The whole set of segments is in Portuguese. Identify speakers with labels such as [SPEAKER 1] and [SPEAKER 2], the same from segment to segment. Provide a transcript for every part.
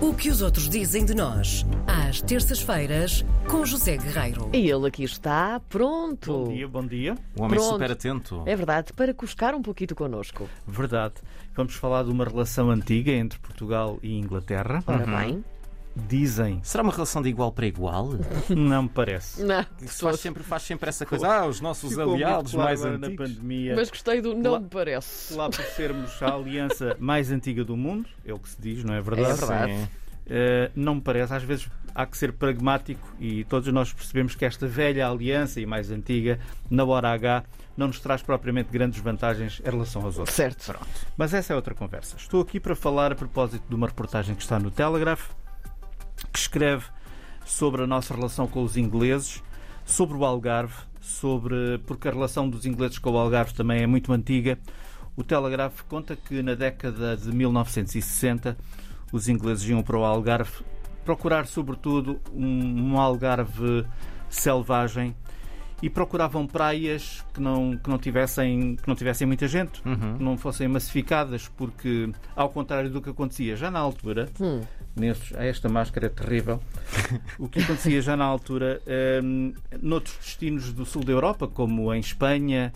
[SPEAKER 1] O que os outros dizem de nós, às terças-feiras, com José Guerreiro.
[SPEAKER 2] E ele aqui está, pronto.
[SPEAKER 3] Bom dia, bom dia.
[SPEAKER 4] Um homem
[SPEAKER 2] Pronto.
[SPEAKER 4] super atento.
[SPEAKER 2] É verdade, para cuscar um pouquinho connosco.
[SPEAKER 3] Verdade. Vamos falar de uma relação antiga entre Portugal e Inglaterra.
[SPEAKER 2] Ora bem.
[SPEAKER 3] Dizem,
[SPEAKER 4] Será uma relação de igual para igual?
[SPEAKER 3] não me parece.
[SPEAKER 2] Não,
[SPEAKER 4] Isso faz sempre, faz sempre essa coisa. Ah, os nossos
[SPEAKER 3] Ficou muito
[SPEAKER 4] aliados
[SPEAKER 3] claro
[SPEAKER 4] mais
[SPEAKER 3] agora na
[SPEAKER 4] antigos.
[SPEAKER 3] pandemia.
[SPEAKER 2] mas gostei do não
[SPEAKER 3] Lá-
[SPEAKER 2] me parece.
[SPEAKER 3] Lá por sermos a aliança mais antiga do mundo, é o que se diz, não é
[SPEAKER 2] É
[SPEAKER 3] verdade?
[SPEAKER 2] verdade.
[SPEAKER 3] Eh, não me parece. Às vezes há que ser pragmático e todos nós percebemos que esta velha aliança e mais antiga, na hora H, não nos traz propriamente grandes vantagens em relação aos outros.
[SPEAKER 2] Certo.
[SPEAKER 3] Mas essa é outra conversa. Estou aqui para falar a propósito de uma reportagem que está no Telegraph, que escreve sobre a nossa relação com os ingleses, sobre o Algarve, sobre porque a relação dos ingleses com o Algarve também é muito antiga. O Telegraph conta que na década de 1960 os ingleses iam para o Algarve procurar sobretudo um, um Algarve selvagem e procuravam praias que não, que não tivessem que não tivessem muita gente, que não fossem massificadas, porque ao contrário do que acontecia já na altura, nesses, ah, esta máscara é terrível, o que acontecia já na altura hum, noutros destinos do sul da Europa, como em Espanha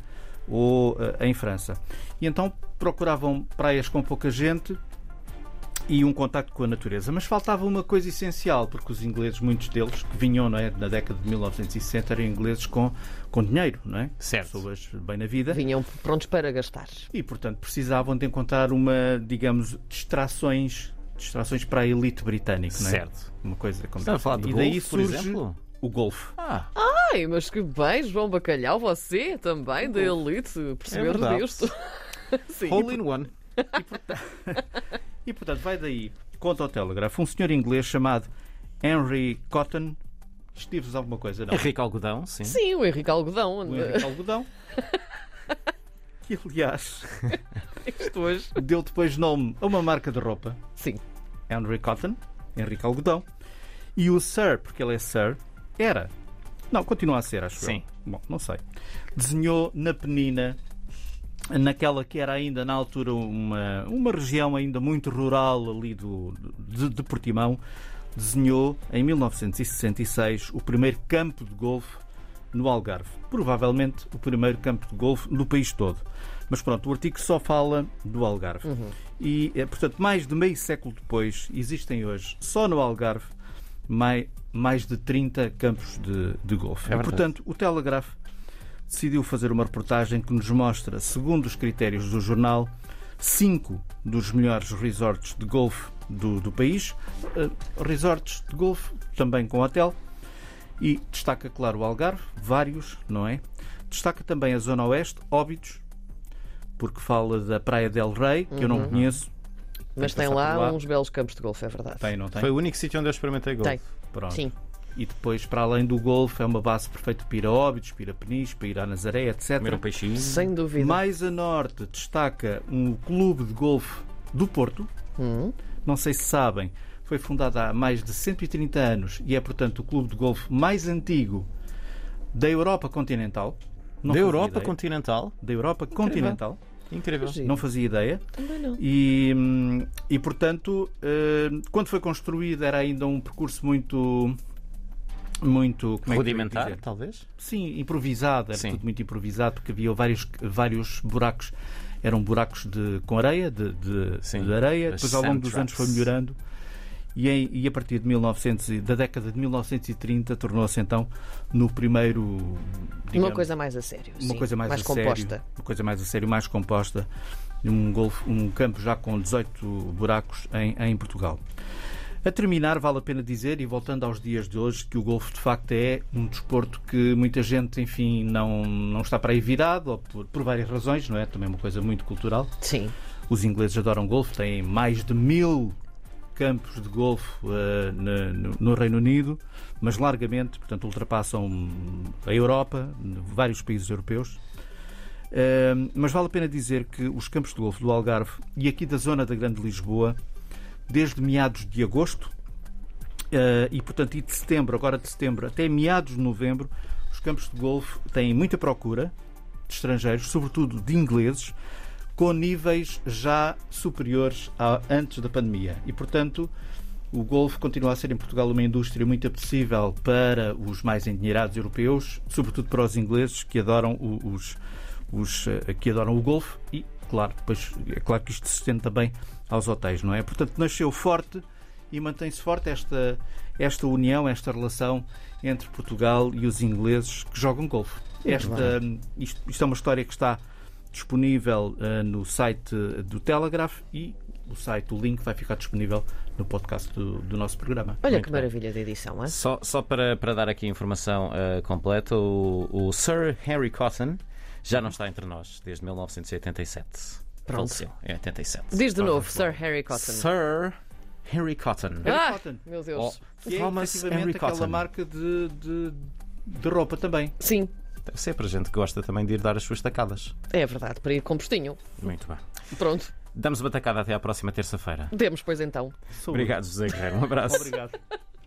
[SPEAKER 3] ou eh, em França. E então procuravam praias com pouca gente e um contacto com a natureza. Mas faltava uma coisa essencial, porque os ingleses, muitos deles, que vinham não é, na década de 1960, eram ingleses com, com dinheiro, não é?
[SPEAKER 4] Certo.
[SPEAKER 3] Pessoas bem na vida.
[SPEAKER 2] Vinham prontos para gastar.
[SPEAKER 3] E, portanto, precisavam de encontrar uma, digamos, distrações, distrações para a elite britânica, não é?
[SPEAKER 4] Certo.
[SPEAKER 3] Uma coisa como
[SPEAKER 4] Estava a falar de
[SPEAKER 3] E daí
[SPEAKER 4] golfe, por
[SPEAKER 3] surge
[SPEAKER 4] exemplo?
[SPEAKER 3] o golfe.
[SPEAKER 4] Ah,
[SPEAKER 2] Ai, mas que bem, João Bacalhau, você também, da
[SPEAKER 3] É
[SPEAKER 2] elite, perceber
[SPEAKER 4] verdade.
[SPEAKER 2] disto. Sim.
[SPEAKER 4] hole in one.
[SPEAKER 3] E, portanto, vai daí, conta ao Telegraph, um senhor inglês chamado Henry Cotton. Estive-vos alguma coisa, não?
[SPEAKER 4] Henrique É Algodão, sim.
[SPEAKER 2] Sim, o Henrique Algodão. né,
[SPEAKER 3] O Henry Algodão. Que, aliás,
[SPEAKER 2] Isto hoje.
[SPEAKER 3] deu depois nome a uma marca de roupa,
[SPEAKER 2] Sim.
[SPEAKER 3] Henry Cotton, Henrique Algodão. E o Sir, porque ele é Sir, era. Não, continua a ser, acho eu.
[SPEAKER 4] Sim.
[SPEAKER 3] Bom, não sei. Desenhou na penina, naquela que era ainda na altura uma, uma região ainda muito rural ali do, de, de Portimão, desenhou em 1966 o primeiro campo de golfe no Algarve. Provavelmente o primeiro campo de golfe no país todo. Mas pronto, o artigo só fala do Algarve.
[SPEAKER 4] Uhum.
[SPEAKER 3] E, eh, portanto, mais de meio século depois, existem hoje, só no Algarve, mai- mais, de 30 campos de, de golfe.
[SPEAKER 4] É
[SPEAKER 3] E,
[SPEAKER 4] verdade.
[SPEAKER 3] portanto, o Telegraph decidiu fazer uma reportagem que nos mostra, segundo os critérios do jornal, cinco dos melhores resorts de golfe do, do país. Eh, resorts de golfe, também com hotel. E destaca, claro, o Algarve, vários, não é? Destaca também a Zona Oeste, Óbidos, porque fala da Praia del Rei, que eu
[SPEAKER 4] Uhum.
[SPEAKER 3] não conheço.
[SPEAKER 2] Mas
[SPEAKER 3] que
[SPEAKER 2] tem
[SPEAKER 3] passar
[SPEAKER 2] lá,
[SPEAKER 3] por lá.
[SPEAKER 2] uns belos campos de golfe, é verdade.
[SPEAKER 3] Tem, não tem?
[SPEAKER 4] Foi o único sítio onde eu experimentei golfe.
[SPEAKER 2] Tem.
[SPEAKER 3] Pronto.
[SPEAKER 2] Sim.
[SPEAKER 3] E depois, para além do Golfo, é uma base perfeita para ir a Óbidos, para ir a Peniche, para ir a Nazaré, etc.
[SPEAKER 4] Comer um peixinho.
[SPEAKER 2] Sem dúvida.
[SPEAKER 3] Mais a norte destaca um clube de golfe do Porto. Não sei se sabem, foi fundado há mais de 130 anos e é, portanto, o clube de golfe mais antigo da Europa continental. Não
[SPEAKER 4] Da
[SPEAKER 3] fazia
[SPEAKER 4] Europa
[SPEAKER 3] ideia.
[SPEAKER 4] continental.
[SPEAKER 3] Da Europa continental.
[SPEAKER 4] Incrível.
[SPEAKER 2] Sim.
[SPEAKER 3] Não fazia ideia.
[SPEAKER 2] Também não.
[SPEAKER 3] E, hum, e portanto, hum, quando foi construído era ainda um percurso muito. Muito. Como é que eu ia
[SPEAKER 4] Rudimentar,
[SPEAKER 3] dizer?
[SPEAKER 4] talvez.
[SPEAKER 3] Sim, improvisado, era
[SPEAKER 4] Sim.
[SPEAKER 3] tudo muito improvisado, porque havia vários, vários buracos, eram buracos de, com areia, de, de-
[SPEAKER 4] Sim,
[SPEAKER 3] de areia,
[SPEAKER 4] as
[SPEAKER 3] depois ao longo
[SPEAKER 4] sand
[SPEAKER 3] dos anos foi
[SPEAKER 4] traps.
[SPEAKER 3] melhorando. E, em- e a partir de 1900, e- da década de 1930 tornou-se então no primeiro. digamos,
[SPEAKER 2] Uma coisa mais a sério.
[SPEAKER 3] uma
[SPEAKER 2] sim.
[SPEAKER 3] coisa mais, a sério,
[SPEAKER 2] composta.
[SPEAKER 3] uma coisa mais a sério, mais composta, um, golfo, um campo já com 18 buracos em, em Portugal. A terminar, vale a pena dizer, e voltando aos dias de hoje, que o golfe de facto é um desporto que muita gente, enfim, não, não está para aí virado, ou por, por várias razões, não é? Também uma coisa muito cultural.
[SPEAKER 2] Sim.
[SPEAKER 3] Os ingleses adoram golfe, têm mais de mil campos de golfe eh, na- no, no Reino Unido, mas largamente, portanto, ultrapassam a Europa, vários países europeus. Eh, mas vale a pena dizer que os campos de golfe do Algarve e aqui da zona da Grande Lisboa, desde meados de agosto eh, e, portanto, e de setembro, agora de setembro até meados de novembro, os campos de golfe têm muita procura de estrangeiros, sobretudo de ingleses, com níveis já superiores a antes da pandemia. E, portanto, O Golfo continua a ser em Portugal uma indústria muito apetecível para os mais endinheirados europeus, sobretudo para os ingleses que adoram o- os, os, eh, que adoram o Golfo e, claro, depois é claro que isto se estende também aos hotéis, não é? Portanto, nasceu forte e mantém-se forte esta, esta união, esta relação entre Portugal e os ingleses que jogam golfe. Esta, isto, isto é uma história que está disponível eh, no site do Telegraph e o site, o link, vai ficar disponível no podcast do, do nosso programa.
[SPEAKER 2] Olha
[SPEAKER 3] Muito
[SPEAKER 2] que
[SPEAKER 3] bem.
[SPEAKER 2] maravilha de edição, é?
[SPEAKER 4] Só, só para, para dar aqui a informação eh, completa, o, o Sir Harry Cotton já não está entre nós desde 1987.
[SPEAKER 2] Pronto.
[SPEAKER 4] Faleceu em 87.
[SPEAKER 2] Diz de
[SPEAKER 4] Pronto.
[SPEAKER 2] novo, Sir Harry Cotton.
[SPEAKER 4] Sir Harry Cotton.
[SPEAKER 2] Ah,
[SPEAKER 3] Cotton.
[SPEAKER 2] meu
[SPEAKER 4] Oh,
[SPEAKER 2] Deus.
[SPEAKER 3] Que é,
[SPEAKER 4] Thomas
[SPEAKER 3] efetivamente,
[SPEAKER 4] Henry
[SPEAKER 3] aquela
[SPEAKER 4] Cotton.
[SPEAKER 3] marca de, de, de roupa também.
[SPEAKER 2] Sim,
[SPEAKER 4] Deve ser para gente que gosta também de ir dar as suas tacadas.
[SPEAKER 2] é verdade, para ir com postinho.
[SPEAKER 4] Muito bem.
[SPEAKER 2] Pronto,
[SPEAKER 4] Damos uma tacada até à próxima terça-feira.
[SPEAKER 2] demos, pois então.
[SPEAKER 3] Saúde.
[SPEAKER 4] Obrigado, José Guerreiro. Um abraço.
[SPEAKER 3] Obrigado.